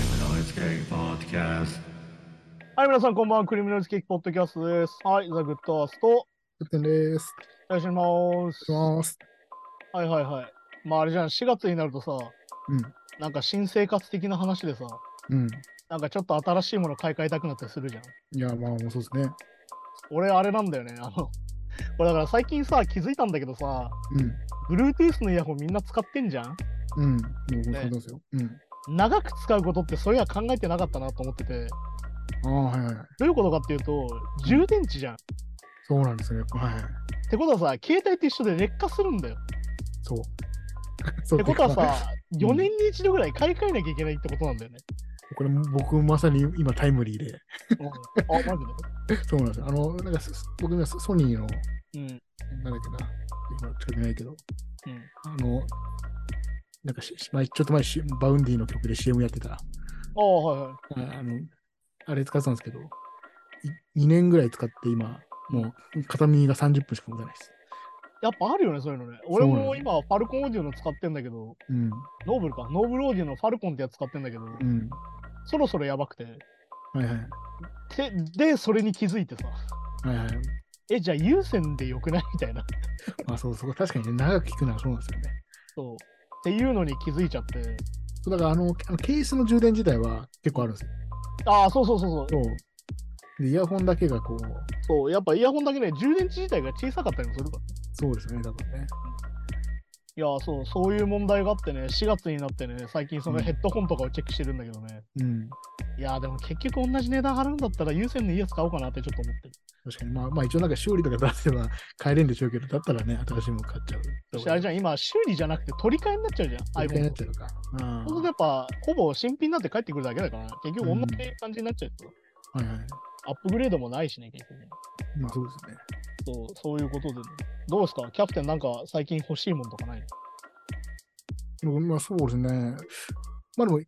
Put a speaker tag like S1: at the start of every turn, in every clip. S1: Escape Podcast.
S2: はい、皆さん、こんばんは。クリミナルズケーキポッドキャストです。はい、ザ・グッドアースト、お
S3: ふってんです。
S2: 願いします。
S3: します。
S2: はいはいはい。まあ、あれじゃん、4月になるとさ、
S3: うん
S2: なんか新生活的な話でさ、
S3: うん。
S2: なんかちょっと新しいもの買い替えたくなったりするじゃん。
S3: いや、まあ、もうそうですね。
S2: 俺、あれなんだよね。あの、これだから最近さ、気づいたんだけどさ、
S3: う
S2: Bluetooth のイヤホンみんな使ってんじゃん
S3: ん。うん。もう、そうなんですよ。うん。
S2: 長く使うことってそういや考えてなかったなと思ってて、
S3: ああ、はいはいはい。
S2: どういうことかっていうと、充電池じゃん。っ
S3: そうなんですね。はいはい。
S2: てことはさ、携帯と一緒で劣化するんだよ。
S3: そう。 そ
S2: ってことはさ、
S3: ん
S2: 4年に一度ぐらい買い替えなきゃいけないってことなんだよね。
S3: これ僕まさに今タイムリーで。
S2: あ、マジ
S3: そうなんですよ。あの、なんかす僕今ソソニーの、
S2: でうん。
S3: なんだっけな、今近くにないけど、
S2: うん
S3: あの、なんかし前ちょっと前し、バウンディの曲で CM やってた、あ
S2: ああ、はいはい。
S3: あの、あれ使ってたんですけど、2年ぐらい使って今、もう片耳が30分しか持たないです。
S2: やっぱあるよね、そういうのね。
S3: そう
S2: 俺
S3: なの
S2: も今、ファルコンオーディオの使ってんだけど、
S3: うん。
S2: ノーブルか。ノーブルオーディオのファルコンってやつ使ってんだけど、
S3: うん。
S2: そろそろやばくて。
S3: はいはい。
S2: てで、それに気づいてさ、
S3: はいはい。
S2: え、じゃあ有線でよくない みたいな。
S3: まあそうそう、確かにね、長く聞くのはそうなんですよね。
S2: そう。っていうのに気づいちゃって。
S3: そうだからあの、あのケースの充電自体は結構あるんですよ。
S2: ああ、そうそうそうそう。
S3: そう。で、イヤホンだけがこう、
S2: そう、やっぱイヤホンだけね、充電池自体が小さかったりもするから。
S3: そうですよね、多分ね。
S2: いやー、そう、そういう問題があってね、4月になってね、最近その
S3: うん
S2: ヘッドホンとかをチェックしてるんだけどね。
S3: うん。
S2: いやーでも結局同じ値段払うんだったら優先のいいやつ買おうかなってちょっと思ってる。
S3: 確かに。まあ、まあ一応なんか修理とか出せば買えるんでしょうけど、だったらね、新しいもの買っちゃう。
S2: そしてあれじゃん、今修理じゃなくて取り替えになっちゃうじゃん、
S3: アイ
S2: iPhone
S3: になっ
S2: と。
S3: ちゃうのか。あ
S2: そうするとやっぱほぼ新品になって帰ってくるだけだから、結局同じ感じになっちゃうと、
S3: あ。はいはい。
S2: アップグレードもないしね、結局ね。
S3: まあそうですよね。
S2: そう、そういうことでね。どうですかキャプテンなんか最近欲しいもんとかない
S3: 僕まあそうですね。まあでも、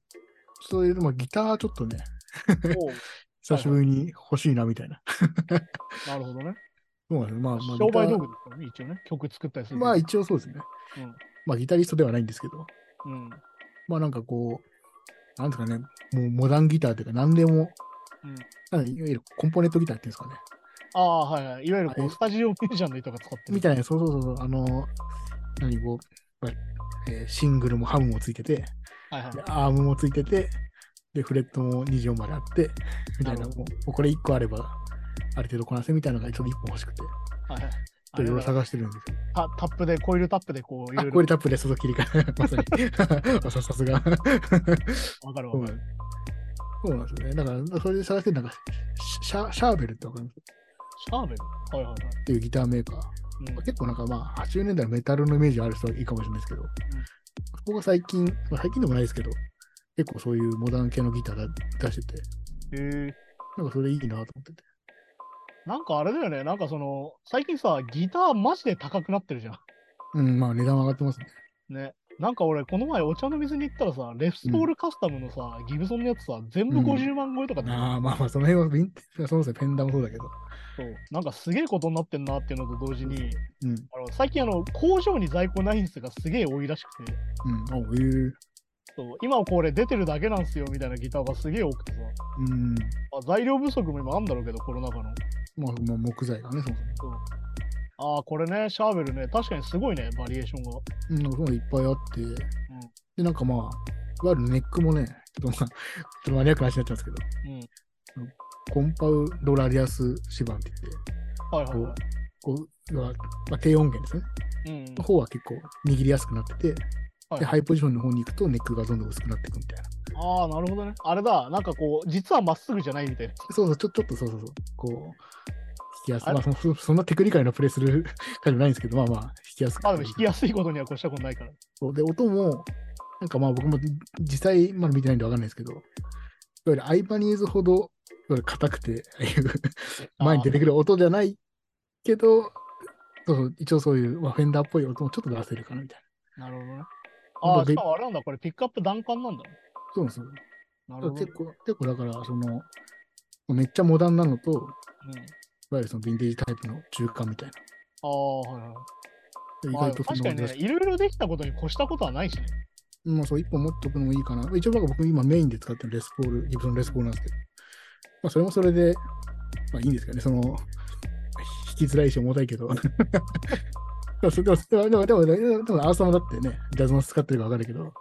S3: そういう、まあギターちょっとね、
S2: のおう
S3: 久しぶりに欲しいなみたいな。
S2: なるほどね。
S3: そうなんですよまあまあ。
S2: 商売道具
S3: 具
S2: ですからね、一応ね。曲作ったりする。
S3: まあ一応そうですね。
S2: うん
S3: まあギタリストではないんですけど。
S2: うん。
S3: まあなんかこう、なんですかね、もうモダンギターというか何でも、
S2: うん
S3: なんかいわゆるコンポーネントギターっていうんですかね。
S2: ああ、はいはい。いわゆるこ
S3: あ
S2: う
S3: れ
S2: スタジオミュージシャンの人が使ってる。
S3: みたいな、そうそうそうそう、あの、何こう、まあえーシングルもハムもついてて、
S2: はいはい
S3: で。アームもついてて、で、フレットも24まであって、みたい
S2: な
S3: な、
S2: る
S3: もうもうこれ1個あれば、ある程度こなせみたいなのがちょっと1本欲しくて、ちょ
S2: はいはい
S3: っといろいろ探してるんですけど。
S2: タタップで、コイルタップでこう、い
S3: あ
S2: ろい、
S3: こ
S2: ろ
S3: れタップで外切り替え、まさに。 あささすが。
S2: わかるわ
S3: そう
S2: か
S3: な
S2: る。
S3: んそうなんですよね。だから、それで探してる、なんか、シャシャーベルってわかります
S2: シャーベルはいはいはい。
S3: っていうギターメーカー。
S2: うん
S3: まあ、結構なんかまあ80年代のメタルのイメージある人はいいかもしれないですけど、ここが最近、まあ、最近でもないですけど、結構そういうモダン系のギターだ出してて、
S2: へえ
S3: なんかそれいいなと思ってて。
S2: なんかあれだよね、なんかその、最近さ、ギターマジで高くなってるじゃ
S3: うん、まあ値段上がってますね。
S2: ん。ね。なんか俺、この前お茶の水に行ったらさ、レフスポールカスタムのさ、ギブソンのやつさ、全部
S3: うん
S2: 50万超えとかで、
S3: ああ、まあまあその辺はヴィンテージ、そもそもペンダもそうだけど。
S2: そうなんかすげえことになってんなっていうのと同時に、
S3: うん、
S2: あの最近あの、工場に在庫ないんすがすげえ多いらしくて、
S3: うん、あ、ええー、
S2: そう今これ出てるだけなんすよみたいなギターがすげえ多くてさ、
S3: うん、ま
S2: まあ、材料不足も今あんだろうけど、コロナ禍の。
S3: あ、まあ、木材がね、そも
S2: ああ、これね、シャーベルね、確かにすごいね、バリエーションが。
S3: そも。うん、なんかそういうのいっぱいあって、で、なんかまあ、いわゆるネックもね、ちょっとまあ、 ちょっとマニアックな話になっちゃうんですけど、
S2: うん。
S3: コンパウドラリアス指板って言って、
S2: はいはい
S3: こ
S2: は
S3: う、こう、要はまあ、低音源ですね。
S2: い。うん。
S3: の方は結構握りやすくなってて、
S2: はい
S3: でハイポジションの方に行くとネックがどんどん薄くなっていくみたいな。
S2: ああ、なるほどね。あれだ、なんかこう、実はまっすぐじゃないみたいな。
S3: そうそう、ちょちょっとそうそうそう、こう、弾きやす
S2: あれ
S3: まあそそそんなテクニカルなプレイする 感じもないんですけど、まあまあ、弾きやすく
S2: まあでも弾きやすいことには越したことないから。
S3: そうで、音も、なんかまあ僕も実際まだ見てないんでわかんないですけど、いわゆるアイバニーズほど、いわゆる硬くて、ああいう
S2: あー
S3: 前に出てくる音じゃないけど、そうそう一応そういう、まあ、フェンダーっぽい音もちょっと出せるかなみたいな。
S2: なるほどね。
S3: なん
S2: あ
S3: か
S2: あ、
S3: で
S2: しかもあれなんだ、これピックアップ弾丸なんだ。
S3: そうなんですよ。
S2: なるほ
S3: だから
S2: ど
S3: 結。構、結構だから、その、めっちゃモダンなのと、い
S2: うん
S3: わゆるそのヴィンテージタイプの中間みたい
S2: ああ、はいはい。
S3: な。意
S2: まあ、
S3: 外と
S2: 確かに
S3: その
S2: ね、いろいろできたことに越したことはないしね。
S3: まあそう、一本持っとくのもいいかな。一応僕今メインで使ってるレスポール、ギブソンレスポールなんですけど、まあそれもそれで、まあいいんですけどね、その、引きづらいし重たいけど。 でも、そでもでも、でも、でも、でもアーサーもだってね、ジャズマス使ってるか分かるけど、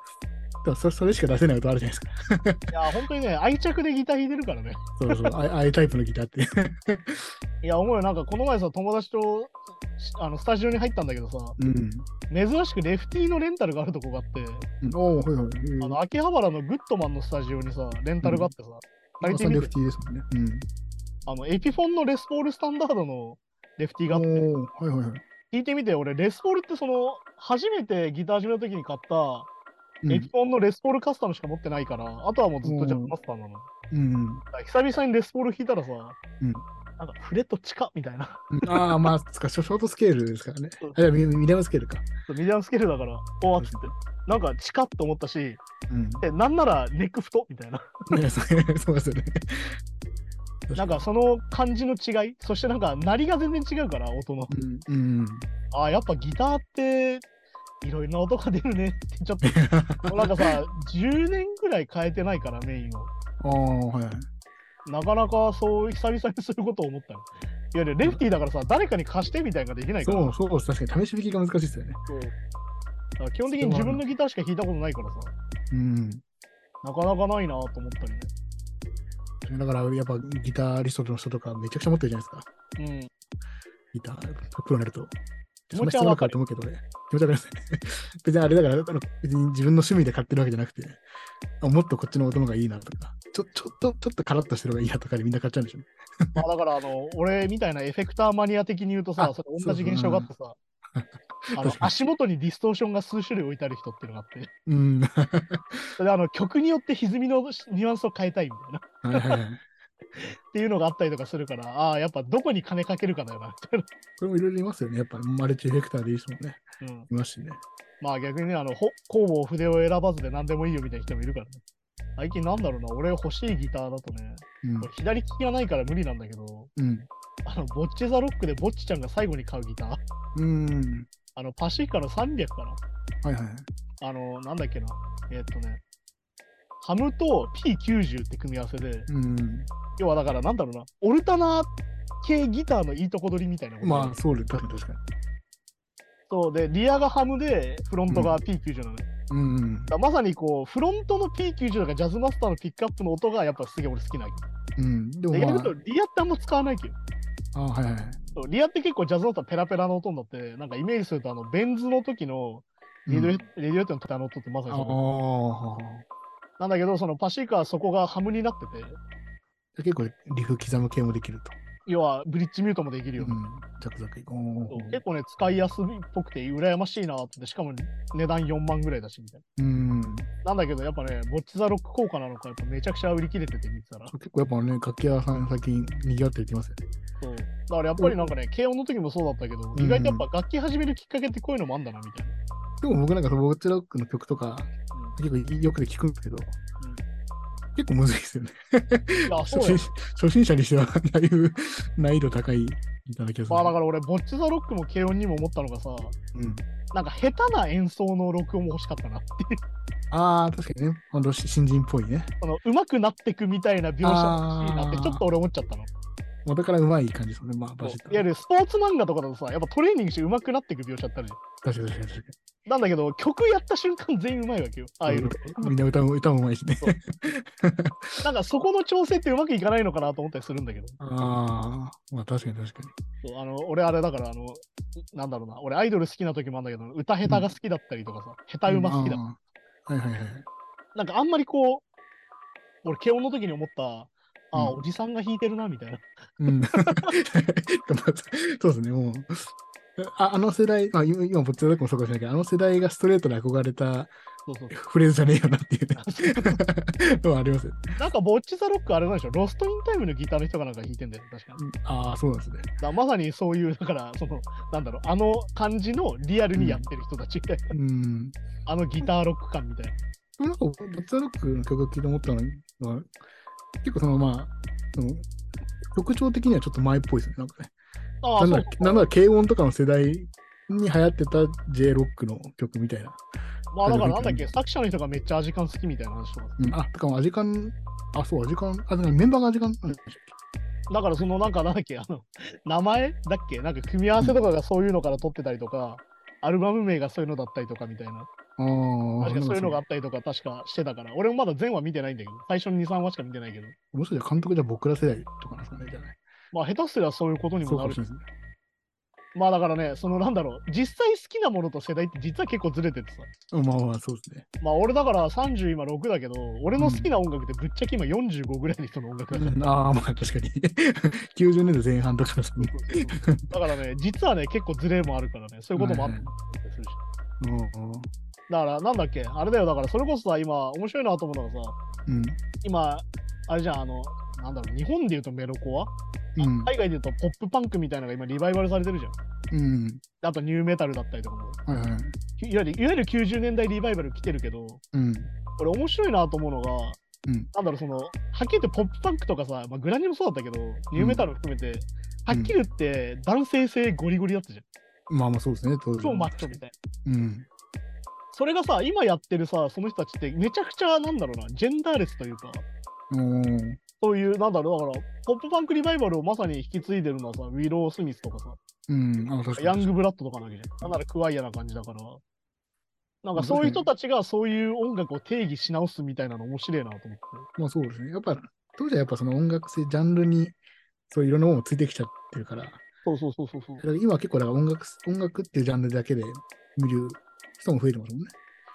S3: でもそそれしか出せない音あるじゃないですか。
S2: いや、本当にね、愛着でギター弾いてるからね。
S3: そうそう、あああいうタイプのギターって。
S2: いや、思うよ。なんか、この前さ、友達と、しあの、スタジオに入ったんだけどさ、
S3: うん。
S2: 珍しくレフティーのレンタルがあるとこがあって、
S3: うんおおはいはい。うん
S2: あの、秋葉原のグッドマンのスタジオにさ、レンタルがあってさ、
S3: ア
S2: 借り
S3: ーサ
S2: て
S3: ーレ
S2: み
S3: フ
S2: て、
S3: ティーですもんね。うん。
S2: あの、エピフォンのレスポールスタンダードのレフティーがあって、
S3: おーはいはいはい。
S2: 聞いてみて、俺、レスポールってその、初めてギター始めた時に買った、
S3: うん
S2: エピフォンのレスポールカスタムしか持ってないから、あとはもうずっとジャズマスターなの。だか
S3: うんうん。
S2: ら久々にレスポール弾いたらさ、
S3: うん
S2: なんかフレット近っみたいな。
S3: うんああ、まあ、つか、ショショートスケールですからね
S2: そう。
S3: あ、じゃあ、ミミディアムスケールか。
S2: ミディアムスケールだから、おわっつって。なんか近っと思ったし、
S3: うん。
S2: でなんならネック太っみたいな。
S3: ね、そう そうですよね。
S2: なんかその感じの違い、そしてなんか鳴りが全然違うから、音の。
S3: うん、うん。
S2: ああ、やっぱギターって、いろいろな音が出るねって、ちょっ と、なんかさ、10年ぐらい変えてないから、メインを。
S3: ああ、はいはい。
S2: なかなかそう、久々にすることを思ったの。いやね、レフティーだからさ、誰かに貸してみたいなのができないから。
S3: そうそうです、確かに試し弾きが難しいですよね。
S2: そうだから基本的に自分のギターしか弾いたことないからさ、
S3: うん。
S2: なかなかないなと思ったりね。
S3: だから、やっぱギタリストの人とかめちゃくちゃ持ってるじゃない
S2: うん。
S3: ですか。ギター、プロになると。
S2: 気
S3: そ
S2: 持
S3: んな
S2: ち
S3: 必
S2: は
S3: 要な
S2: わ
S3: のか
S2: か
S3: と
S2: る。
S3: 思うけどね。気持ち悪いですね。 別にあれだから、あの別に自分の趣味で買ってるわけじゃなくて、あもっとこっちの音の方がいいなとか、ちょちょっと、ちょっとカラッとしてる方がいいなとかでみんな買っちゃうんでしょうね。
S2: まあだから、あの、俺みたいなエフェクターマニア的に言うとさ、
S3: あ
S2: それ同じ現象があって さ、あの
S3: 確かに
S2: 足元にディストーションが数種類置いてある人っていうのがあって、
S3: うん。 は
S2: それであの曲によって歪みのニュアンスを変えたいみたいな。っ
S3: いはいはい。
S2: ていうのがあったりとかするから、ああ、やっぱどこに金かけるかだよな、み
S3: これもいろいろいますよね。やっぱマルチエフェクターでいい人もね、
S2: たいな。うん。
S3: いますしね。
S2: まあ逆にね、あの、ほ工房筆を選ばずで何でもいいよみたいな人もいるからね。最近なんだろうな、俺欲しいギターだとね、これ左利きがないから無理なんだけど、
S3: うん。
S2: あの、ボッチェザロックでボッチちゃんが最後に買うギター、
S3: うん。うん。
S2: あの、パシフィカの300かな。
S3: はいはい。
S2: あの、なんだっけな。えーっとね、ハムと P90 って組み合わせで、
S3: うん。
S2: 要はだからなんだろうな、オルタナ系ギターのいいとこ取りみたいなこと。
S3: まあ、そうで、確かに確か
S2: そうで、リアがハムで、フロントが P90 なのよ。だか
S3: に。うん。
S2: らまさにこう、フロントの P90 とかジャズマスターのピックアップの音がやっぱすげえ俺好きなわけ。
S3: うん。で
S2: で、
S3: も、
S2: 逆
S3: ま
S2: に言うとリアってあんま使わないけど。
S3: あ、あはいはい。
S2: そうリアって結構ジャズマスターペラペラの音になって、なんかイメージするとあの、ベンズの時の、レディオヘッレディオヘッドの時の音ってまさ
S3: あ
S2: に
S3: あ
S2: それ
S3: ー。
S2: なんだけど、そのパシーカはそこがハムになってて、
S3: 結構、リフ刻む系もできると。
S2: 要はブリッジミュートもできるよ、
S3: うん。ザクザクいこう。
S2: そう結構ね、使いやすいっぽくて、羨ましいなって、しかも値段4万ぐらいだしみたい
S3: うん。
S2: な。なんだけど、やっぱね、ボッチザロック効果なのか、やっぱめちゃくちゃ売り切れてて見てたら。
S3: 結構やっぱね、楽器屋さん最近賑わってるきますよね。
S2: そうだからやっぱりなんかね、軽音の時もそうだったけど、
S3: ん
S2: 意外とやっぱ楽器始めるきっかけってこういうのもあんだなみたいな。
S3: でも僕なんか、ボッチロックの曲とか、結構よくで聞くんですけど、結構むずいですよね。
S2: いや、そうだ
S3: 初
S2: よ。
S3: 心 初心者にしてはだいぶ 難易度高いいただけです
S2: まあだから俺、ボッチザロックも軽音にも思ったのがさ、
S3: うん、
S2: なんか下手な演奏の録音も欲しかったなっていう。
S3: ああ、確かにね。ほんとし新人っぽいね。
S2: その上手くなってくみたいな描写が欲しいなって、ちょっと俺思っちゃったの。
S3: 元からうまい感じですよね。まあ、バシッと
S2: いわゆるスポーツ漫画とかだとさ、やっぱトレーニングして上手くなっていく描写ってあるじ
S3: 確かに確かに確か
S2: ゃん。なんだけど、曲やった瞬間全員上手いわけよ。ああい
S3: に
S2: うの。
S3: うんみんな歌も歌もうまいしね
S2: そ。なんかそこの調整ってうまくいかないのかなと思ったりするんだけど。
S3: ああ、まあ確かに確か
S2: そうあの俺あれだから、あの、なんだろうな、俺アイドル好きな時もあるんだけど、歌下手が好きだったりとかさ、下手
S3: に。
S2: 馬好きだ。
S3: あーはいはいはい。
S2: なんかあんまりこう、俺、慶音の時に思った、ああ、
S3: うん
S2: おじさんが弾いてるな、みたいな。
S3: うん。 でもそうですね、もう。ああの世代、あ今、今ぼっちゃだもそうかもしれないけど、あの世代がストレートに憧れた
S2: そうそう
S3: フレーズじゃねえよなっていうね
S2: そう。
S3: のはありますよね。
S2: なんか、ボッチザロックあれなんでしょ、ロストインタイムのギターの人がなんか弾いてんだよね、確かに。だか
S3: ああ、そうなんですね。
S2: らまさにそういう、だから、その、なんだろう、あの感じのリアルにやってる人たちみたいな
S3: うん。
S2: あのギターロック感みたいな。
S3: でもなんか、ボッツァロックの曲を聴いて思ったのは、結構そのまあ、その曲調的にはちょっと前っぽいですね。なんかね。
S2: あ
S3: なん
S2: そ
S3: だ
S2: う
S3: なんだ、軽音とかの世代に流行ってた J ロックの曲みたいな
S2: まあだからなんだっけ、作者の人がめっちゃアジカン好きみたいな話とか。
S3: うん、あ、てか、アジカン、あ、そう、アジカン、あ、だからメンバーがアジカンなんでしたっ
S2: だからそのなんかなんだっけ、あの、名前だっけなんか組み合わせとかがそういうのから取ってたりとか、アルバム名がそういうのだったりとかみたいな。
S3: けあー
S2: 確かそういうのがあ
S3: なんか
S2: ったりとか確かしてたから。俺もまだ全話見てないんだけど、最初の2、3話しか見てないけど。
S3: そうもしかしたら監督じゃ僕ら世代とかなんですかね、じゃない。
S2: まあ下手すりゃそういうことに
S3: そう
S2: も
S3: か
S2: な
S3: も
S2: る
S3: しれないですね。
S2: まあだからね、そのなんだろう、実際好きなものと世代って実は結構ずれててさ。
S3: うんまあまあ、そうですね。
S2: まあ俺だから30今6だけど、俺の好きな音楽ってぶっちゃけ今45ぐらいの人の音楽だから。
S3: うんああ、まあ確かに。90年代前半とかですね。
S2: だからね、実はね、結構ズレもあるからね、そういうこともあったりするし。
S3: うん
S2: だから、なんだっけ、あれだよ、だからそれこそさ、今、面白いなと思うのがさ、
S3: うん。
S2: 今、あれじゃん、あの、なんだろう、日本で言うとメロコア、
S3: うん。
S2: 海外で言うとポップパンクみたいなのが今リバイバルされてるじゃん。
S3: うん。
S2: あとニューメタルだったりとかも。
S3: は
S2: い
S3: いはい。
S2: わゆるいわゆる90年代リバイバル来てるけど、
S3: うん。
S2: これ面白いなと思うのが、
S3: うん
S2: なんだろう、その、はっきり言ってポップパンクとかさ、まあ、グラニもそうだったけど、ニューメタルも含めて、はっきり言って男性性ゴリゴリだったじゃん。
S3: まあまあそうですね、当時
S2: 超マッチョみたいな。
S3: うん。
S2: それがさ、今やってるさ、その人たちってめちゃくちゃ、なんだろうな、ジェンダーレスというか、
S3: うん。
S2: そういう、なんだろう、だから、ポップパンクリバイバルをまさに引き継いでるのはさ、ウィロー・スミスとかさ、
S3: うん。あ、確かに。
S2: ヤング・ブラッドとかなわけじゃん。なんならクワイアな感じだから。なんかそういう人たちがそういう音楽を定義し直すみたいなの面白いなと思って。
S3: まあそうですね。やっぱ、当時はやっぱその音楽性、ジャンルに、そういろんなものをついてきちゃってるから、だか
S2: そうそうそうそうそう。
S3: ら今は結構だから音楽、音楽っていうジャンルだけで見る人も増えてますもんね。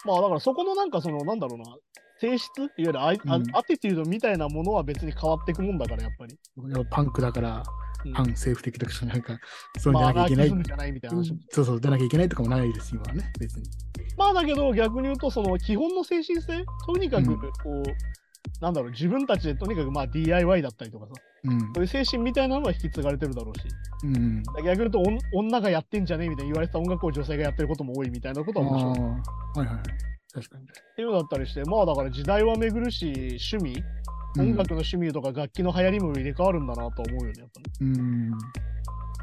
S2: まあだからそこのなんかそのなんだろうな性質いわゆるア,、あ
S3: うん
S2: アティテュードみたいなものは別に変わっていくもんだからやっぱり。
S3: やっぱパンクだから、
S2: うん
S3: 反政府的だから、なんか、そう
S2: ま
S3: じ
S2: あ
S3: ゃ
S2: ア
S3: なきゃ
S2: ナーキ
S3: いけない。
S2: ズムじゃないみたいな話も。
S3: そうそう、じゃなきゃいけないとかもないです、今はね、別に。
S2: まあだけど逆に言うとその基本の精神性とにか
S3: う
S2: く
S3: ん
S2: こう、なんだろう自分たちでとにかくまあ DIY だったりとかさ
S3: うん
S2: そ。ういう精神みたいなのは引き継がれてるだろうし
S3: うん。
S2: 逆に言うとお女がやってんじゃねえみたいに言われてた音楽を女性がやってることも多いみたいなことは面白い。っ
S3: あーはいはいはい。確かに。
S2: ていうのだったりしてまあだから時代は巡るし趣味
S3: うん
S2: 音楽の趣味とか楽器の流行りも入れ替わるんだなとは思うよねやっぱね。
S3: うん。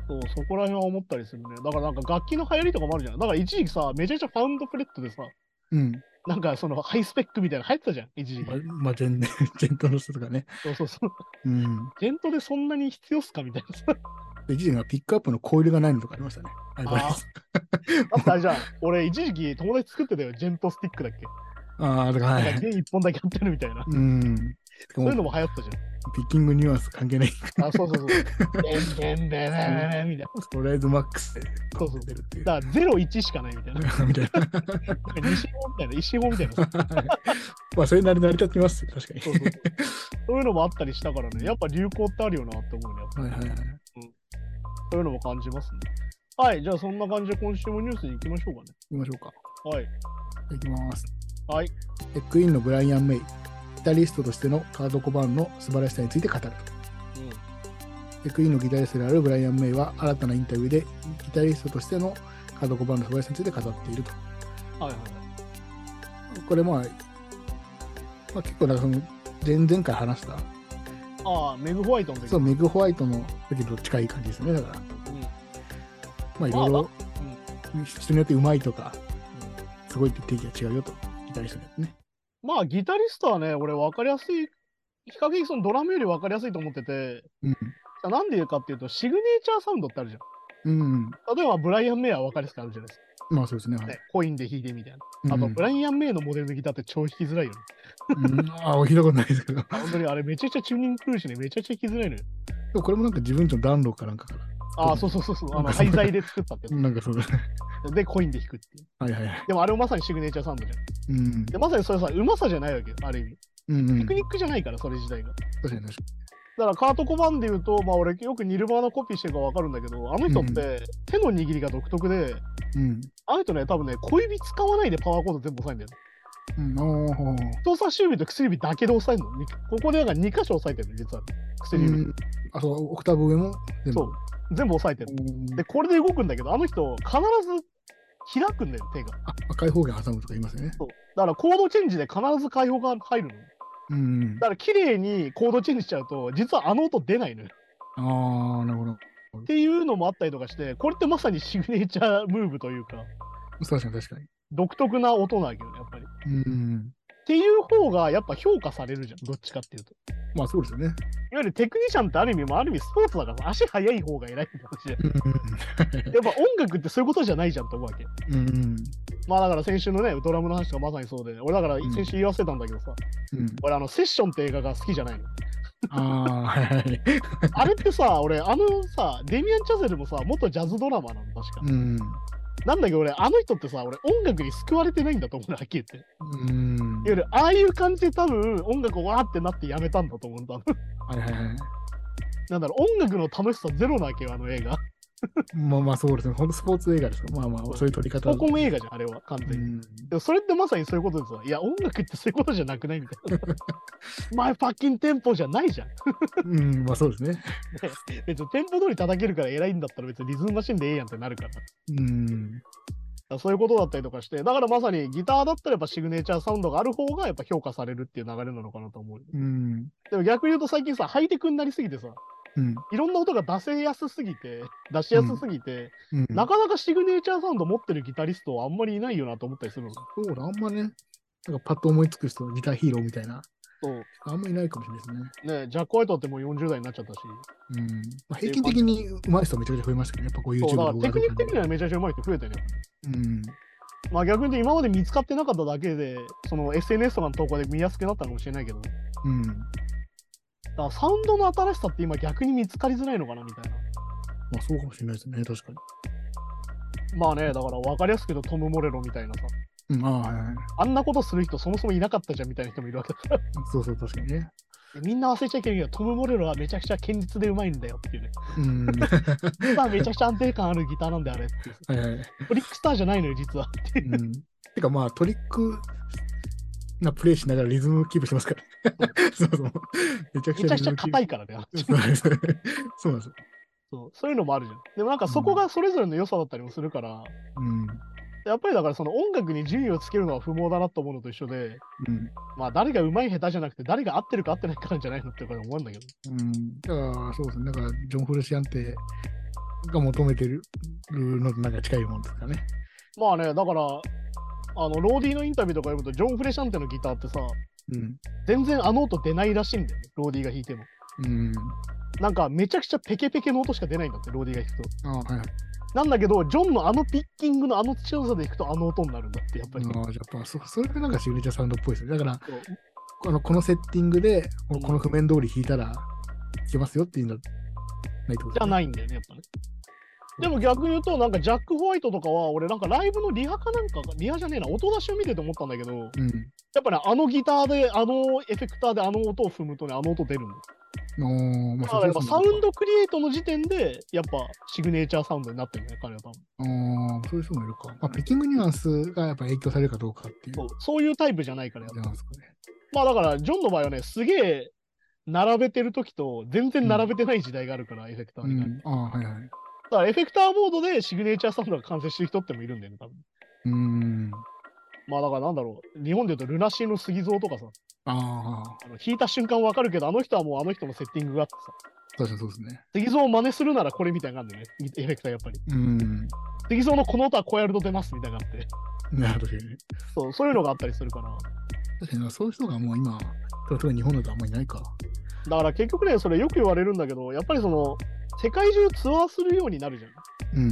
S2: そう、そこら辺は思ったりするね。だからなんか楽器の流行りとかもあるじゃん。だから一時期さ、めちゃくちゃファウンドフレットでさ、
S3: うん。
S2: なんかそのハイスペックみたいなの流行ってたじゃん、一時期
S3: ま。まあ、ジェ ン、ジェントの人とかね。
S2: そうそうそう。
S3: うん。
S2: ジェントでそんなに必要っすかみたいなさ。
S3: で一時はピックアップのコイルがないのとかありましたね。あれ
S2: あーだってあれじゃん、俺一時期友達作ってたよ、ジェントスティックだっけ。
S3: ああ、だから、は
S2: なんか
S3: い。
S2: 弦一本だけやってるみたいな。
S3: うん。
S2: そういうの
S3: も
S2: も流行ったじ
S3: ピッキングニュアンス関係ない。
S2: ゃん。あ、そうそうそう。でんでんでんでんでんみたいな。
S3: とりあえずマックスで
S2: そうそう。
S3: 出る っていう。
S2: だから0、1しかないみたいな。なんか
S3: みたいな。
S2: 西本みたいな、石本みたいなさ。
S3: まあ、それなりに成り立ってますよ。確かに。
S2: そうそうそう。そういうのもあったりしたからね、やっぱ流行ってあるよなって思うね。やっぱ
S3: はいはいはい。
S2: そういうのも感じますね。はい、じゃあそんな感じで今週もニュースに行きましょうかね。
S3: 行きましょうか。
S2: はい。
S3: いきます。
S2: はい。
S3: えクイーンのブライアン・メイ、ギタリストとしてのカード・コバーンの素晴らしさについて語ると。でクイーンのギタリストであるブライアン・メイは新たなインタビューでギタリストとしてのカード・コバーンの素晴らしさについて語っていると。
S2: うん。はいはい。
S3: これまあ、まあ、結構だからその前々回話した
S2: ああ、メグホワイトの時
S3: そうメグ・ホワイトの時と近い感じですよねだか
S2: う
S3: ら
S2: ん
S3: まあいろい
S2: まあ
S3: ろ人によってうまいとかすごいって定義が違うよとギタリストだとね。
S2: まあ、ギタリストはね、俺分かりやすい、比較的そのドラムより分かりやすいと思ってて、
S3: うん
S2: なんで言うかっていうと、シグネチャーサウンドってあるじゃ
S3: うん、
S2: ん。例えば、ブライアン・メイは分かりやすくあるじゃないです
S3: まあそうですね。は
S2: か、
S3: い
S2: ね。コインで弾いてみたいな。
S3: う
S2: あ
S3: ん
S2: と、ブライアン・メイのモデルのギターって超弾きづらいよね。
S3: うん、ああ、聞いたことないですけど。で
S2: あ本当にあれ、めちゃくちゃチューニング来るしね、めちゃくちゃ弾きづらいのよ。
S3: もこれもなんか自分ちの暖炉かなんかか
S2: ああ、そうそうそうそう、 あの廃材で作ったってや
S3: ら。なんかそうだね。
S2: つ。で、コインで弾くっていう。
S3: はいはいはい。
S2: でもあれもまさにシグネチャーサウンドじゃん。
S3: うん。
S2: でまさにそれさ、うまさじゃないわけよ、ある意味。
S3: うんうん。
S2: テクニックじゃないから、それ自体が。だ
S3: 確かに確か
S2: からカートコバンで言うと、まあ俺よくニルバーナコピーしてるからわかるんだけど、あの人って手の握りが独特で、
S3: に。うん。
S2: あの人ね、多分ね、小指使わないでパワーコード全部押さえるんだよ。
S3: うん、おー
S2: 人差し指と薬指だけで押さえるの。にここでなんか2箇所押さえてるの、実は。薬指、
S3: うんあ、そう、オクターブ上も全部。
S2: そう全部押さえてる。
S3: うん
S2: で、これで動くんだけど、あの人、必ず開くんだよ、手が。
S3: あ赤い方言挟むとか言いますよね。
S2: そうだからコードチェンジで必ず開放が入るの。
S3: うんうん
S2: だ。から綺麗にコードチェンジしちゃうと、実はあの音出ないのよ。
S3: ああ、なるほど。
S2: っていうのもあったりとかして、これってまさにシグネチャームーブというか、
S3: 確かに確かに。
S2: 独特な音なんやけどね、やっぱり。っ
S3: うん。
S2: ていう方がやっぱ評価されるじゃん、どっちかっていうと。
S3: まあそうですよね。
S2: いわゆるテクニシャンってある意味もある意味スポーツだからさ足速い方が偉いって話 で。やっぱ音楽ってそういうことじゃないじゃんと思うわけ。
S3: うん。うん。
S2: まあだから先週のね、ドラムの話がまさにそうで、俺だから
S3: ん
S2: 先週言い忘れたんだけどさ、
S3: うん、
S2: 俺あのセッションって映画が好きじゃないの。
S3: ああ、はいはい。
S2: あれってさ、 俺あのさ、デミアン・チャゼルもさ、元ジャズドラマーなの確か。
S3: うん。
S2: なんだけど俺、あの人ってさ、俺音楽に救われてないんだと思うの、はっきり言って。
S3: うん。
S2: いわゆるああいう感じで多分音楽をわーってなってやめたんだと思うんだ。
S3: はいはいはい。
S2: なんだろう、音楽の楽しさゼロなわけよ、あの映画。
S3: まあまあそうですね。本当スポーツ映画ですよ。まあまあ、そういう撮り方
S2: 高校映画じゃん、あれは、完全
S3: う
S2: に。
S3: ん。
S2: でもそれってまさにそういうことですわ。いや、音楽ってそういうことじゃなくないみたいな。 前、パッキンテンポじゃないじゃん。
S3: うん、まあそうですね。
S2: 別にテンポ通り叩けるから偉いんだったら別にリズムマシンでええやんってなるから。だか
S3: うん。
S2: らそういうことだったりとかして、だからまさにギターだったらやっぱシグネチャーサウンドがある方がやっぱ評価されるっていう流れなのかなと思う。
S3: うん。
S2: でも逆に言うと最近さ、ハイテクになりすぎてさ、
S3: うん。
S2: いろんな音が出せやすすぎて、出しやすすぎて、
S3: うん、
S2: なかなかシグネチャーサウンド持ってるギタリストはあんまりいないよなと思ったりするの。
S3: そうだ、あんまね、なんかパッと思いつく人、ギターヒーローみたいな、
S2: そう。
S3: あんまいないかもしれないですね。
S2: ねジャック・ホワイトってもう40代になっちゃったし、
S3: うんまあ、平均的に上手い人はめちゃくちゃ増えましたけどね、やっぱこう YouTube
S2: そうだから
S3: の
S2: テクニック的に
S3: で。
S2: はめちゃくちゃ上手い人増えたよね。
S3: うん。
S2: まあ逆に言うと今まで見つかってなかっただけで、その SNS とかの投稿で見やすくなったのかもしれないけど、だか
S3: うん。
S2: らサウンドの新しさって今逆に見つかりづらいのかなみたいな。
S3: まあそうかもしれないですね、確か
S2: まあね、だから分かりやすく言うとトム・モレロみたいなさ、
S3: に。うん、ああ、はいはい。
S2: あんなことする人そもそもいなかったじゃんみたいな人もいるわけだ から。
S3: そうそう、確かにね。
S2: みんな忘れちゃいけないけど、トム・モレロはめちゃくちゃ堅実で上手いんだよっていうね。
S3: うん。
S2: まあめちゃくちゃ安定感あるギターなんであれっていう。
S3: はいはい。
S2: トリックスターじゃないのよ、実はっていう。
S3: うん。てかまあトリックなプレイしながらリズムキープしてますから。そうそう。めちゃく
S2: め
S3: ち
S2: ち
S3: ゃ
S2: ゃく
S3: リズ
S2: ちゃ
S3: ムキー
S2: 硬
S3: プ。
S2: いからね。
S3: そうなんです。そうなんです。
S2: そうそういうのもあるじゃん。でもなんかそこがそれぞれの良さだったりもするから、
S3: うん。
S2: やっぱりだからその音楽に順位をつけるのは不毛だなと思うのと一緒で、
S3: うん。
S2: まあ誰が上手い下手じゃなくて誰が合ってるか合ってないかなんじゃないのってこれ思うんだけど。
S3: うん。だからそうですね。だからジョン・フルシアンテが求めてるのとなんか近いもんですからね。
S2: まあね、だから、あの、ローディのインタビューとか読むと、ジョン・フレシャンテのギターってさ、
S3: うん。
S2: 全然あの音出ないらしいんだよね、ローディが弾いても。
S3: うん。
S2: なんかめちゃくちゃペケペケの音しか出ないんだって、ローディが弾くと。
S3: ああ、はいはい。
S2: なんだけど、ジョンのあのピッキングのあの強さで弾くとあの音になるんだって、やっぱり。
S3: ああ、やっぱそそれがなんかシグネチャーサウンドっぽいですね。だから
S2: そう
S3: このこのセッティングでこのこの譜面通り弾いたらいけますよっていうのはないってこと
S2: じゃ
S3: ですね
S2: ないんだよね、やっぱね。でも逆に言うと、なんかジャック・ホワイトとかは、俺なんかライブのリハかなんかが、リハじゃねえな、音出しを見てて思ったんだけど、や
S3: うん。
S2: っぱね、あのギターで、あのエフェクターで、あの音を踏むとね、あの音出るの。
S3: おー
S2: だ
S3: まあ、
S2: からやっぱ
S3: そ
S2: サ
S3: う
S2: ウ
S3: いう
S2: ンドクリエイトの時点で、やっぱシグネチャーサウンドになってるね、彼は多分。
S3: 人もいるかあーそういう人もいるか。まあ、ピッキングニュアンスがやっぱ影響されるかどうかっていう
S2: そ
S3: こ
S2: うそういうタイプじゃないからやっ
S3: と
S2: ぱ。
S3: なんですかね。
S2: まあだから、ジョンの場合はね、すげえ並べてる時と、全然並べてない時代があるから、エフェクター
S3: う
S2: にが。
S3: ん、ああ、はいはい。
S2: だからエフェクターボードでシグネチャーサウンドが完成してる人ってもいるんだよね、多分。
S3: うーん。
S2: まあだからなんだろう、日本で言うとルナシーの杉蔵とかさ、
S3: ああ、
S2: あの弾いた瞬間わかるけど、あの人はもうあの人のセッティングがあってさ、
S3: 確かにそうですね。
S2: 杉蔵を真似するならこれみたいなのがあるんだよね、エフェクターやっぱり。
S3: うん。
S2: 杉蔵のこの音はこうやると出ますみたいなのがあって、
S3: なるほどね。
S2: そうそういうのがあったりするから。
S3: 確かにそういう人がもう今、特に日本だとあんまりいないか。
S2: だから結局ね、それよく言われるんだけど、やっぱりその、世界中ツアーするようになるじゃん。
S3: うん。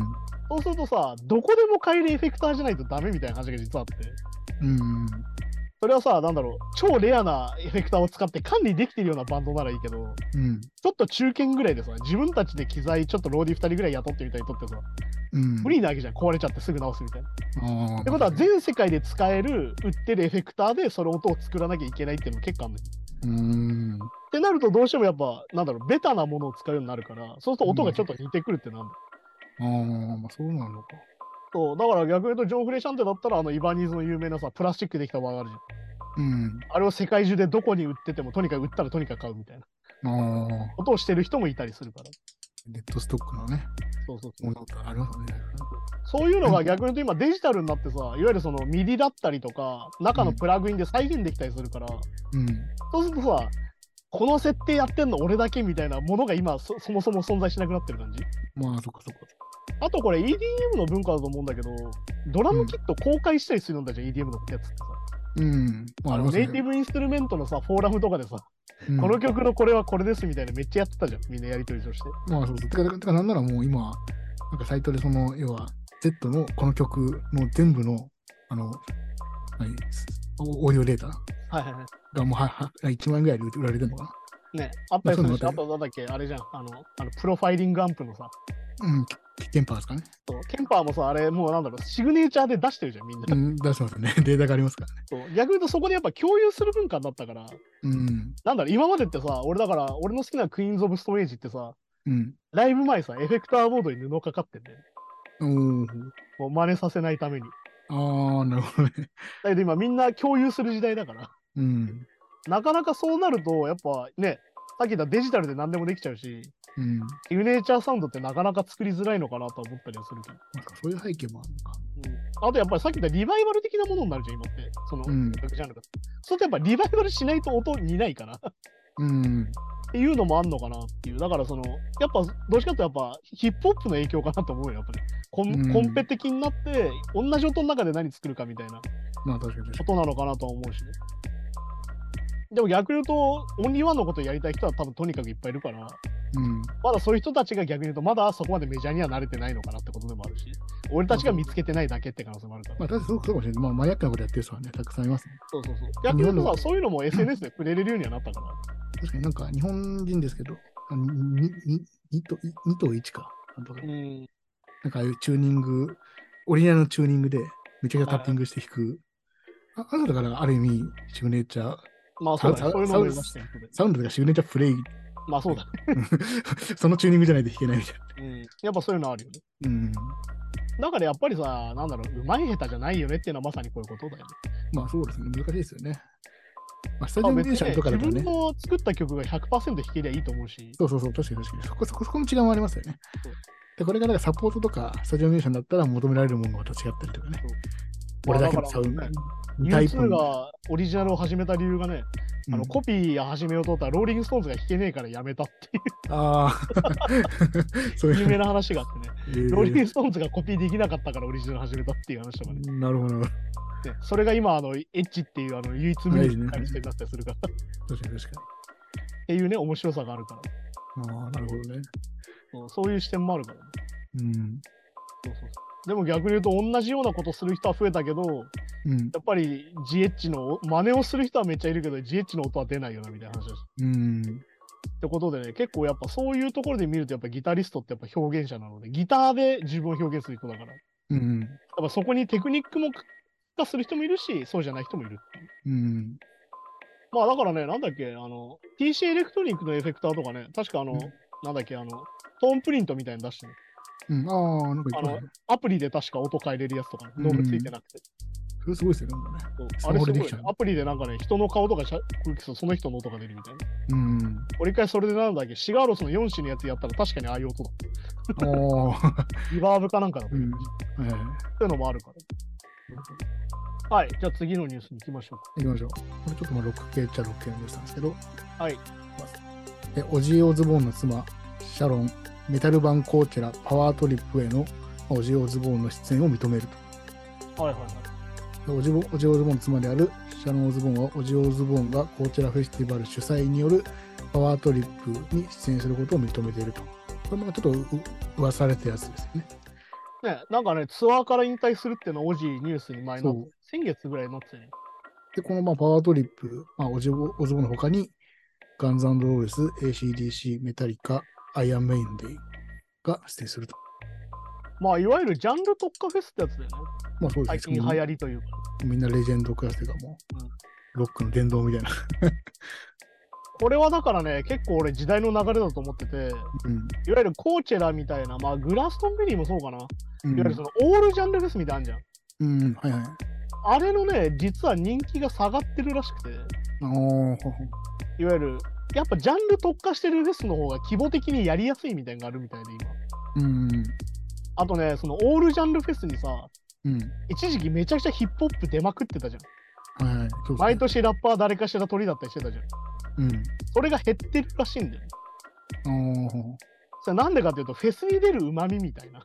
S2: そうするとさ、どこでも買えるエフェクターじゃないとダメみたいな話が実はあって、
S3: うん。
S2: それはさ、なんだろう、超レアなエフェクターを使って管理できてるようなバンドならいいけど、
S3: うん。
S2: ちょっと中堅ぐらいでさ、自分たちで機材、ちょっとローディ2人ぐらい雇ってみたいにとってさ、
S3: うん。
S2: 無理なわけじゃん、壊れちゃってすぐ直すみたいな。っ
S3: ああ。って
S2: ことは、全世界で使える、売ってるエフェクターで、その音を作らなきゃいけないっていうのも結構あるのよ。
S3: うん。
S2: ってなると、どうしてもやっぱ、なんだろう、ベタなものを使うようになるから、そうすると音がちょっと似てくるってなんだ。
S3: ああ、まあそうなのか。
S2: そう、だから逆に言うと、ジョン・フレシャンテだったら、あの、イバニーズの有名なさ、プラスチックできた輪があるじゃん。
S3: うん。
S2: あれを世界中でどこに売ってても、とにかく売ったらとにかく買うみたいな
S3: ああ。
S2: ことをしてる人もいたりするから。
S3: レッドストックのね、
S2: そうそうそ
S3: も
S2: う。
S3: のとかありますよね。
S2: そういうのが逆に言うと今デジタルになってさ、いわゆるそのミディだったりとか、中のプラグインで再現できたりするから、
S3: うん。
S2: そうするとさ、この設定やってんの俺だけみたいなものが今そそもそも存在しなくなってる感じ。
S3: まあ、そっかそっか。
S2: あとこれ EDM の文化だと思うんだけど、ドラムキット公開したりするんだじゃん、EDM のやつってさ。
S3: うん。まあ、あ
S2: あ
S3: り
S2: の
S3: ます
S2: ネイティ
S3: ね。
S2: ブインストゥルメントのさ、フォーラムとかでさ、
S3: うん
S2: この曲のこれはこれですみたいなめっちゃやってたじゃん、みんなやりとりとして。
S3: まあそうそう。てか、てかてかなんならもう今、なんかサイトでその、要は、Z のこの曲の全部の、あの、何オーディオデータ
S2: はいはいはい。
S3: がもうはは1万円ぐらいで売られてるのか
S2: ね、あったりするし、
S3: まあ
S2: あ
S3: そ
S2: となんだっけ、あれじゃん、あの、あのプロファイリングアンプのさ、
S3: なうん、テンパーですかね。
S2: そうケンパーもさ、あれ、もうなんだろう、シグネチャーで出してるじゃん、みんな。
S3: うん、出してますね。 データがありますからね。
S2: そう逆に言うと、そこでやっぱ共有する文化になったから、
S3: うん。
S2: なんだろう、今までってさ、俺だから、俺の好きなクイーンズ・オブ・ストレージってさ、
S3: うん。
S2: ライブ前さ、エフェクターボードに布かかってんだよね。
S3: おー
S2: もう真似させないために。
S3: ああ、なるほどね。
S2: だけど今みんな共有する時代だから、
S3: うん。
S2: なかなかそうなると、やっぱね、さっき言ったデジタルで何でもできちゃうし、
S3: うん。
S2: シグネチャーサウンドってなかなか作りづらいのかなとは思ったりはするけど。
S3: なんかそういう背景もあるのか。
S2: あとやっぱりさっき言ったリバイバル的なものになるじゃん、今って。その、
S3: うん
S2: 楽ジャンルが。そうするとやっぱリバイバルしないと音にないから。 っ
S3: うん。
S2: ていうのもあんのかなっていう。だからその、やっぱ、どっちかっていうとやっぱヒップホップの影響かなと思うよ、やっぱり。コン,、
S3: うん
S2: コンペ的になって、同じ音の中で何作るかみたいなこ
S3: まあ確かに確か
S2: となのかなとは思うしね。でも逆に言うと、オンリーワンのことやりたい人は多分とにかくいっぱいいるから、
S3: に。うん。
S2: まだそういう人たちが逆に言うと、まだそこまでメジャーには慣れてないのかなってことでもあるし、俺たちが見つけてないだけって可能性もあるから。
S3: まあ確かにそうかもしれない。まあマニアックなことやってる人はね、たくさんいますね。
S2: そうそうそう。逆に言う
S3: 日本
S2: と
S3: の
S2: さ、そういうのも SNS で触れれるようにはなったから。
S3: 確かになんか日本人ですけど、あのにににと2と1か。なんとか
S2: ん。
S3: なんかああいうチューニング、オリジナルのチューニングで、めちゃくちゃタッピングして弾く。ああなただからある意味、シグネチャー、
S2: まあそうだ
S3: サウ
S2: ね。
S3: ン
S2: そういうのもいましたよ。
S3: サウンドとかシグネチャープレイ、
S2: まあそうだね。
S3: そのチューニングじゃないと弾けないみたいな。
S2: うん。やっぱそういうのあるよね。
S3: うん。
S2: だからやっぱりさ、なんだろう、うまい下手じゃないよねっていうのはまさにこういうことだよね。
S3: まあそうですね、難しいですよね。まあ、スタジ
S2: ま
S3: ア
S2: あ
S3: ム
S2: 別に
S3: ミュージシャ
S2: ね
S3: ンとか
S2: 自
S3: だと
S2: 分
S3: ね、
S2: の作った曲が100%弾けりゃいいと思うし、
S3: そうそうそう、確かに確かに。そこそこそこの違いもありますよね
S2: そう。
S3: でこれがなんかサポートとか、スタジアムミュージシャンだったら求められるものがまた違ったりとかね
S2: そう。
S3: 俺だけのサウン
S2: ま
S3: ド
S2: あだか。
S3: タイ
S2: U2
S3: プの
S2: がオリジナルを始めた理由がね、あの
S3: うん
S2: コピー始めようと思ったら、ローリング・ストーンズが弾けねえからやめたってい
S3: ああ、そう
S2: う
S3: い
S2: 有
S3: う。
S2: 名な話があってね、
S3: え
S2: ローリン
S3: ー
S2: グ・ストーンズがコピーできなかったからオリジナル始めたっていう話とかね。
S3: なるほど。なるほど
S2: ねそれが今、あの、エッチっていう、あの、唯一無二の感じになったりするから、っ
S3: 確かに確か
S2: ていうね、面白さがあるから。
S3: に。ああ、なるほどね。
S2: そうそういう視点もあるから、ね、
S3: うん。
S2: そうそうそうでも逆に言うと、同じようなことする人は増えたけど、や
S3: うん。
S2: っぱり GH の、真似をする人はめっちゃいるけど、GH の音は出ないよな、みたいな話だし。
S3: うん。
S2: ってことでね、結構やっぱそういうところで見ると、やっぱギタリストってやっぱ表現者なので、ギターで自分を表現する人だから、やっ
S3: うん。
S2: ぱそこにテクニックも化する人もいるし、そうじゃない人もいるっていう。
S3: うん。
S2: まあだからね、なんだっけ、あの、TC エレクトリックのエフェクターとかね、確かあの、
S3: うん
S2: なんだっけ、あの、トーンプリントみたいに出してね、
S3: うん、ああ、なんか言ってま
S2: あ
S3: すね。
S2: アプリで確か音変えれるやつとかね、動画ついてなくて。
S3: それすごいですよね。なんかね
S2: そうあれすごい
S3: スマホでで
S2: ね
S3: きちゃう
S2: アプリでなんかね、人の顔とかしゃクリックするとその人の音が出るみたいな。
S3: うん。
S2: 俺一回それでなんだっけ、シガーロスの4種のやつやったら確かにああいう音だ。
S3: ああ、
S2: リバーブかなんかだった、
S3: う
S2: ねっ
S3: ん。ええ。
S2: ていうのもあるから。はい、じゃあ次のニュースに行きましょうか。
S3: 行きましょう。これちょっとまあ6系っちゃ6系のニュースなんですけど、
S2: はい。
S3: えオジー・オズボーンの妻、シャロン、メタル版コーチェラ、パワートリップへのまあオジー・オズボーンの出演を認めると。
S2: はいはいはい。
S3: でオジボオジー・オズボーンの妻であるシャロン・オズボーンは、オジー・オズボーンがコーチェラフェスティバル主催によるパワートリップに出演することを認めていると。これもちょっとう噂されたやつですよね。
S2: ね、なんかね、ツアーから引退するっていうのは、オジーニュースに前
S3: そ
S2: の
S3: う
S2: 先月ぐらいになってたよね。
S3: で、このまあパワートリップ、まあ、オジボオズボの他に、ガンズローレス、ACDC、メタリカ、アイアンメインデイが出演すると。
S2: まあ、いわゆるジャンル特化フェスってやつだよね。
S3: まあそうで
S2: 最
S3: す
S2: 近
S3: ね
S2: 流。行りというか。
S3: みんなレジェンドクラスというかもう、
S2: うん
S3: ロックの殿堂みたいな。
S2: これはだからね、結構俺時代の流れだと思ってて、
S3: うん。
S2: いわゆるコーチェラみたいな、まあグラストンベリーもそうかな。いわ
S3: うん
S2: ゆるそのオールジャンルフェスみたいなのあんじゃん。
S3: うん、はいはい。
S2: あれのね、実は人気が下がってるらしくて、
S3: あーほほ
S2: いわゆる、やっぱジャンル特化してるフェスの方が規模的にやりやすいみたいなのがあるみたいで、今。
S3: うん。
S2: あとね、そのオールジャンルフェスにさ、
S3: うん。
S2: 一時期めちゃくちゃヒップホップ出まくってたじゃん。
S3: はいはい。そうですね
S2: 毎年ラッパー誰かしら鳥だったりしてたじゃん。
S3: うん。
S2: それが減ってるらしいんだよね。
S3: あーほほ
S2: それなんでかっていうと、フェスに出るうまみみたいな。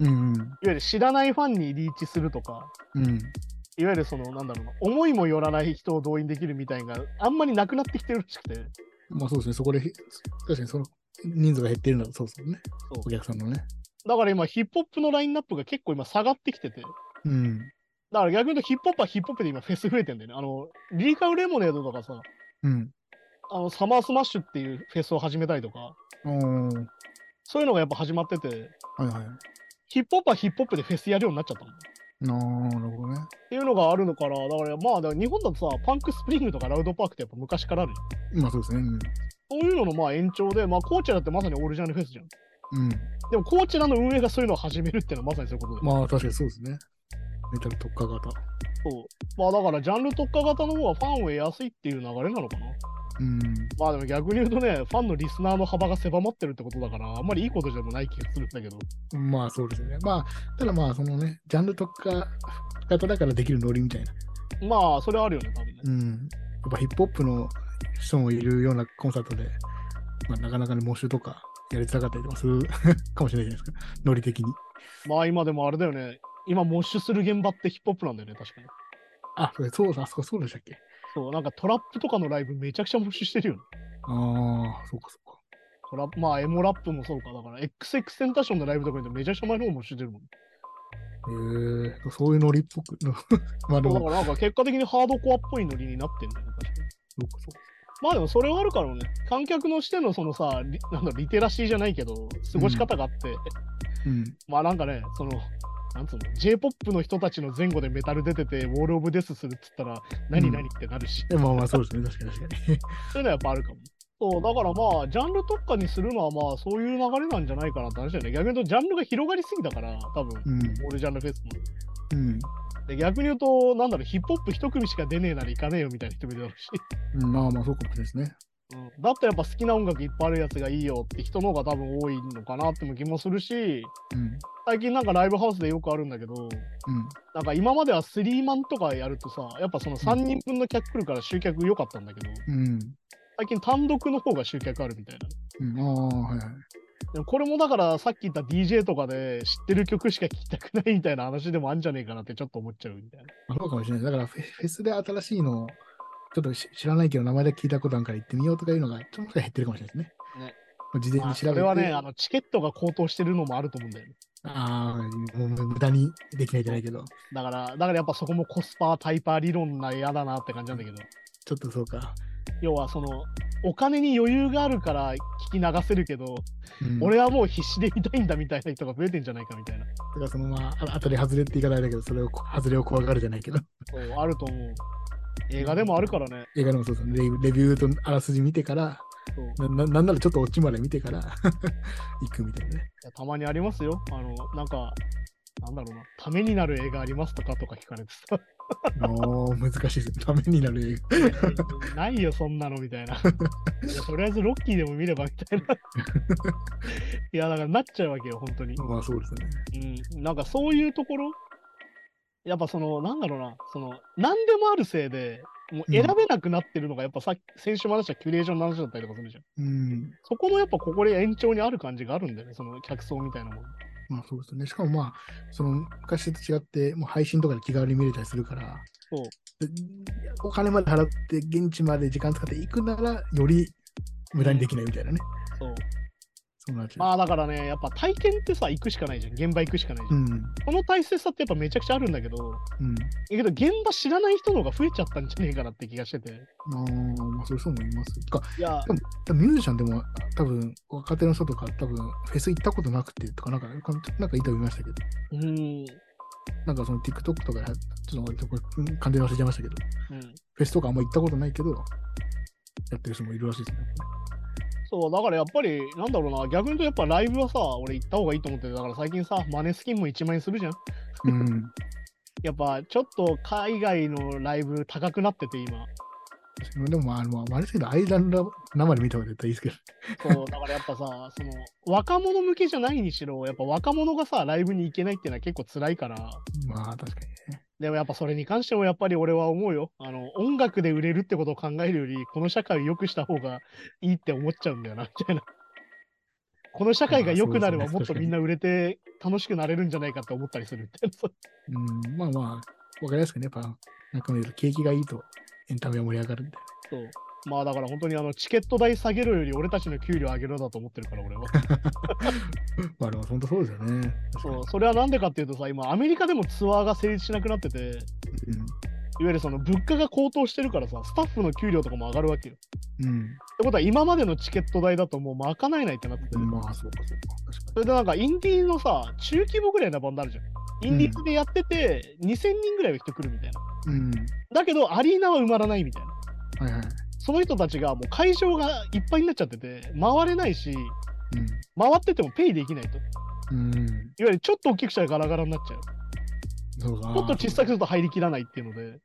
S3: うん。
S2: いわゆる知らないファンにリーチするとか、
S3: うん。
S2: いわゆるその、なんだろうな、思いもよらない人を動員できるみたいなのがあんまりなくなってきてるらしくて、
S3: まあそうですね、そこで、確かにその人数が減ってるのはそうですよね。
S2: そう
S3: お客さんのね。
S2: だから今、ヒップホップのラインナップが結構今下がってきてて、
S3: うん。
S2: だから逆に言うとヒップホップはヒップホップで今フェス増えてんだよね。あの、リーカウレモネードとかさ、
S3: うん。
S2: あの、サマースマッシュっていうフェスを始めたりとか、
S3: おー
S2: そういうのがやっぱ始まってて、
S3: はいはい。
S2: ヒップホップはヒップホップでフェスやるようになっちゃったの。っ
S3: なるほどね。
S2: ていうのがあるのから、だからまあ、だから日本だとさ、パンクスプリングとかラウドパークってやっぱ昔からあるよ。
S3: まあそうですね。
S2: そういうののまあ延長で、まあ、コーチェラってまさにオールジャンルフェスじゃん。
S3: うん。うん、
S2: でも、コーチェラの運営がそういうのを始めるってのはまさにそういうことで。
S3: まあ確かにそうですね。メタル特化型。
S2: そうまあ、だから、ジャンル特化型の方がファンを得やすいっていう流れなのかな。
S3: うん。
S2: まあでも逆に言うとね、ファンのリスナーの幅が狭まってるってことだから、あんまりいいことじゃない気がするんだけど。
S3: まあそうですね。まあ、ただまあそのね、ジャンル特化型だからできるノリみたいな。
S2: まあ、それはあるよね、多分ね。
S3: うん。やっぱヒップホップの人もいるようなコンサートで、まあなかなかね、募集とかやりづらかったりとかする かもしれないじゃないですか。ノリ的に。
S2: まあ今でもあれだよね、今、モッシュする現場ってヒップホップなんだよね、確かに。
S3: あ、そうそう、あそこそうでしたっけ
S2: そう、なんかトラップとかのライブめちゃくちゃモッシュしてるよね。
S3: ああ、そうかそうか。
S2: トラップまあ、エモラップもそうか、だから、XX センターションのライブとかでめちゃくちゃ前の方モッシュしてるもん。
S3: へえそういうノリっぽく。 まあで
S2: そうだ
S3: も、
S2: からなんか結果的にハードコアっぽいノリになってんだよね、確かに。
S3: そうかそうか。
S2: まあでもそれはあるからね、観客のしてのそのさ、リなんだリテラシーじゃないけど、過ごし方があって、
S3: うん。
S2: まあなんかね、その、なんつうの、J-POP の人たちの前後でメタル出てて、ウォール・オブ・デスするっつったら、何々ってなるし、
S3: でまあまあそうですね、確かに確かに。
S2: そういうのはやっぱあるかも。そう、だからまあ、ジャンル特化にするのはまあ、そういう流れなんじゃないかなって話だよね。逆に言うと、ジャンルが広がりすぎたから、多分、
S3: うん
S2: オールジャンルフェスも。
S3: うん。
S2: で、逆に言うと、なんだろう、ヒップホップ一組しか出ねえなら行かねえよみたいな人もいるだろうし。
S3: うん、まあまあそうかもしれないですね。
S2: うんだったらやっぱ好きな音楽いっぱいあるやつがいいよって人の方が多分多いのかなっても気もするし、
S3: うん。
S2: 最近なんかライブハウスでよくあるんだけど、
S3: うん。
S2: なんか今まではスリーマンとかやるとさ、やっぱその3人分の客来るから集客良かったんだけど、
S3: うん。
S2: 最近単独の方が集客あるみたいな。
S3: うん、ああ、はいはい。
S2: でもこれもだからさっき言った DJ とかで知ってる曲しか聴きたくないみたいな話でもあるんじゃねえかなってちょっと思っちゃうみたいな。
S3: まあそうかもしれない。だからフェフェスで新しいのを、ちょっとし知らないけど名前だけ聞いたことあるから行ってみようとかいうのが、ちょっと減ってるかもしれないですね。
S2: ね
S3: もう事前
S2: まあ
S3: に調
S2: そ
S3: べて。
S2: れはね、あのチケットが高騰してるのもあると思うんだよね。
S3: ああ、もう無駄にできないじゃないけど、
S2: だから、だからやっぱそこもコスパ、タイパー理論な嫌だなって感じなんだけど。
S3: ちょっとそうか。
S2: 要はそのお金に余裕があるから聞き流せるけど、
S3: うん、
S2: 俺はもう必死で見たいんだみたいな人が増えてんじゃないかみたいな
S3: だからそのまあ、あ当たり外れって言い方あれだけど、それをこ、外れを怖がるじゃないけど、
S2: そうあると思う映画でもあるからね
S3: 映画でもそうですね、レビューレビューとあらすじ見てから、
S2: そうい
S3: なななんならちょっとオチまで見てから 行くみたいなね。
S2: やたまにありますよあのなんかなんだろうなためになる映画ありますとかとか聞かれて さ
S3: おー難しいですね。ためになる映画。
S2: ないよそんなのみたいないやとりあえずロッキーでも見ればみたい ないやだからなっちゃうわけよ本当に
S3: まあそうですね。
S2: うん、なんかそういうところ、やっぱその、なんだろうな、その、何でもあるせいで、もう選べなくなってるのが、やっぱさっき、先週も話したキュレーションの話だったりとかするじゃん。
S3: うん。
S2: そこのやっぱここで延長にある感じがあるんだよね、その客層みたいなもの。
S3: まあそうですね。しかもまあ、その昔と違って、もう配信とかで気軽に見れたりするから、
S2: そう
S3: でお金まで払って、現地まで時間使って行くなら、より無駄にできないみたいなね。
S2: そう。
S3: そうなっちゃう。
S2: まあだからね、やっぱ体験ってさ、行くしかないじゃん。現場行くしかないじ
S3: う
S2: ゃん。
S3: ん。
S2: この大切さってやっぱめちゃくちゃあるんだけど、
S3: うん。
S2: だけど現場知らない人の方が増えちゃったんじゃねえかなって気がしてて。
S3: まあ、まあ、そういう人もいます。か、
S2: いや、
S3: ミュージシャンでも、多分若手の人とか、多分フェス行ったことなくてとか、なんか、なんかなんかインタビュー見ましたけど、
S2: うん、うん。
S3: なんかその TikTok とかで、ちょっと俺これうん完全に忘れちゃいましたけど、フェスとかあんま行ったことないけど、やってる人もいるらしいですね。
S2: そう、だからやっぱり、なんだろうな、逆に言うとやっぱライブはさ、俺行った方がいいと思ってて、だから最近さ、マネスキンも1万円するじゃん。
S3: うん。
S2: やっぱちょっと海外のライブ高くなってて今。
S3: でもまあ、あのあれですけど、アイランド生で見た方が絶対いいですけど。
S2: そう、だからやっぱさ、 その、若者向けじゃないにしろ、やっぱ若者がさ、ライブに行けないっていうのは結構辛いから、
S3: まあ、確かにね。
S2: でもやっぱそれに関してもやっぱり俺は思うよ。あの、音楽で売れるってことを考えるより、この社会を良くした方がいいって思っちゃうんだよな、みたいな。この社会が良くなれば
S3: あ
S2: も
S3: ーそ
S2: っ
S3: うです
S2: と
S3: ね
S2: みんな売れて楽しくなれるんじゃないかって思ったりするみたいなそう
S3: うん、まあまあ、わかりやすくね、やっぱ、なんか見ると景気がいいとエンタメは盛り上がるんで。
S2: そう。まあだから本当にあのチケット代下げるより俺たちの給料上げろだと思ってるから俺は。
S3: まあでも本当そうですよね。
S2: そうそれはなんでかっていうとさ、今アメリカでもツアーが成立しなくなってて、いわゆるその物価が高騰してるからさ、スタッフの給料とかも上がるわけよ。って
S3: うん。
S2: ことは今までのチケット代だともう賄えないってなってて、
S3: うん。まあ、そうか、そうか。確か
S2: それでなんかインディーのさ、中規模ぐらいなバンドあるじゃん。インディーズでやってて、2000人ぐらいは人来るみたいな。
S3: に。うん。
S2: だけどアリーナは埋まらないみたいな。
S3: はいはい。
S2: その人たちがもう会場がいっぱいになっちゃってて、回れないし、回っててもペイできないと。
S3: うん。うん。
S2: いわゆるちょっと大きくしたらガラガラになっちゃう。ち
S3: そうか。
S2: ょっと小さくすると入りきらないっていうので。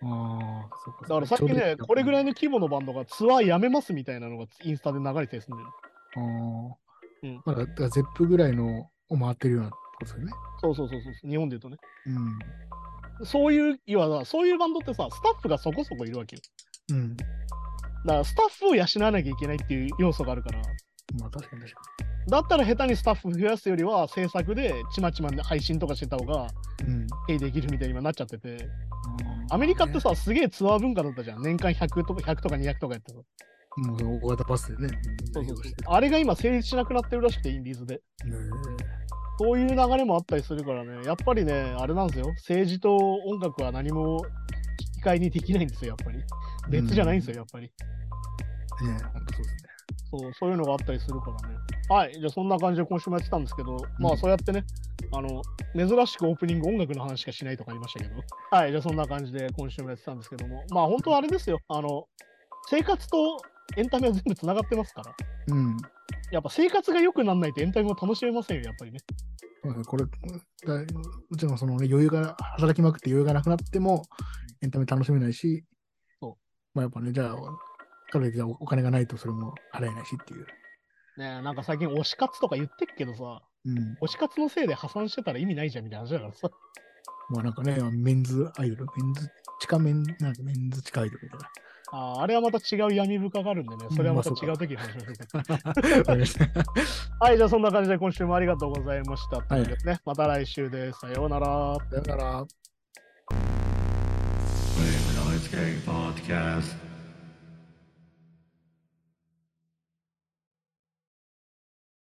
S3: ああ、そうか。
S2: だからさっきね、これぐら
S3: い。
S2: いの規模のバンドがツアーやめますみたいなのがインスタで流れてるんだよ。
S3: ああ。
S2: うん
S3: まあ、だから、ゼップぐらいのを回ってるようなことですよね。
S2: そうそうそうそう、日本で言うとね。
S3: うん。
S2: そういう、いわばそういうバンドってさ、スタッフがそこそこいるわけよ。
S3: うん。
S2: だからスタッフを養わなきゃいけないっていう要素があるから。
S3: まあ、確かに確か
S2: だったら下手にスタッフ増やすよりは制作でちまちま配信とかしてた方が
S3: に。うん。
S2: ペイできるみたいに今なっちゃってて
S3: あー
S2: アメリカって、さすげえツアー文化だったじゃん年間100とか100とか200とかやってた
S3: もう大型パスでね。
S2: そうそうそうあれが今成立しなくなってるらしくてインディーズで
S3: うん
S2: そういう流れもあったりするからねやっぱりねあれなんですよ政治と音楽は何も引き換えにできないんですよやっぱり別じゃないんですよ、やっぱり
S3: ね本当そうですね。
S2: そうそういうのがあったりするからね。はい、じゃあそんな感じで今週もやってたんですけど、まあそうやってね、あの、珍しくオープニング音楽の話しかしないとかありましたけど、はい、じゃあそんな感じで今週もやってたんですけども、まあ本当はあれですよ、あの、生活とエンタメは全部つながってますから、
S3: うん。
S2: やっぱ生活が良くならないとエンタメも楽しめませんよ、やっぱりね。
S3: そうですねこれ、だいうちのその、ね、余裕が、働きまくって余裕がなくなっても、エンタメ楽しめないし、
S2: そう
S3: まあやっぱね、じゃあ、彼らおお金がないとそれも払えないしっていう。
S2: ねえなんか最近推し活とか言ってっけどさ、
S3: うん。
S2: 推し活のせいで破産してたら意味ないじゃんみたいな話だからさ。
S3: まあなんかね、メンズアイドル、メンズ、地下メン、なんかメンズ地下アイドルみ たいな。
S2: あーあれはまた違う闇深があるんでね、それはまた
S3: うんまあそう
S2: 違
S3: か
S2: う時に話しましょう。
S3: わかりました
S2: はい、じゃあそんな感じで今週もありがとうございました。
S3: い
S2: ということでね、また来週です。さようなら。
S3: さよなら。
S1: Wave Noise Gang Podcast.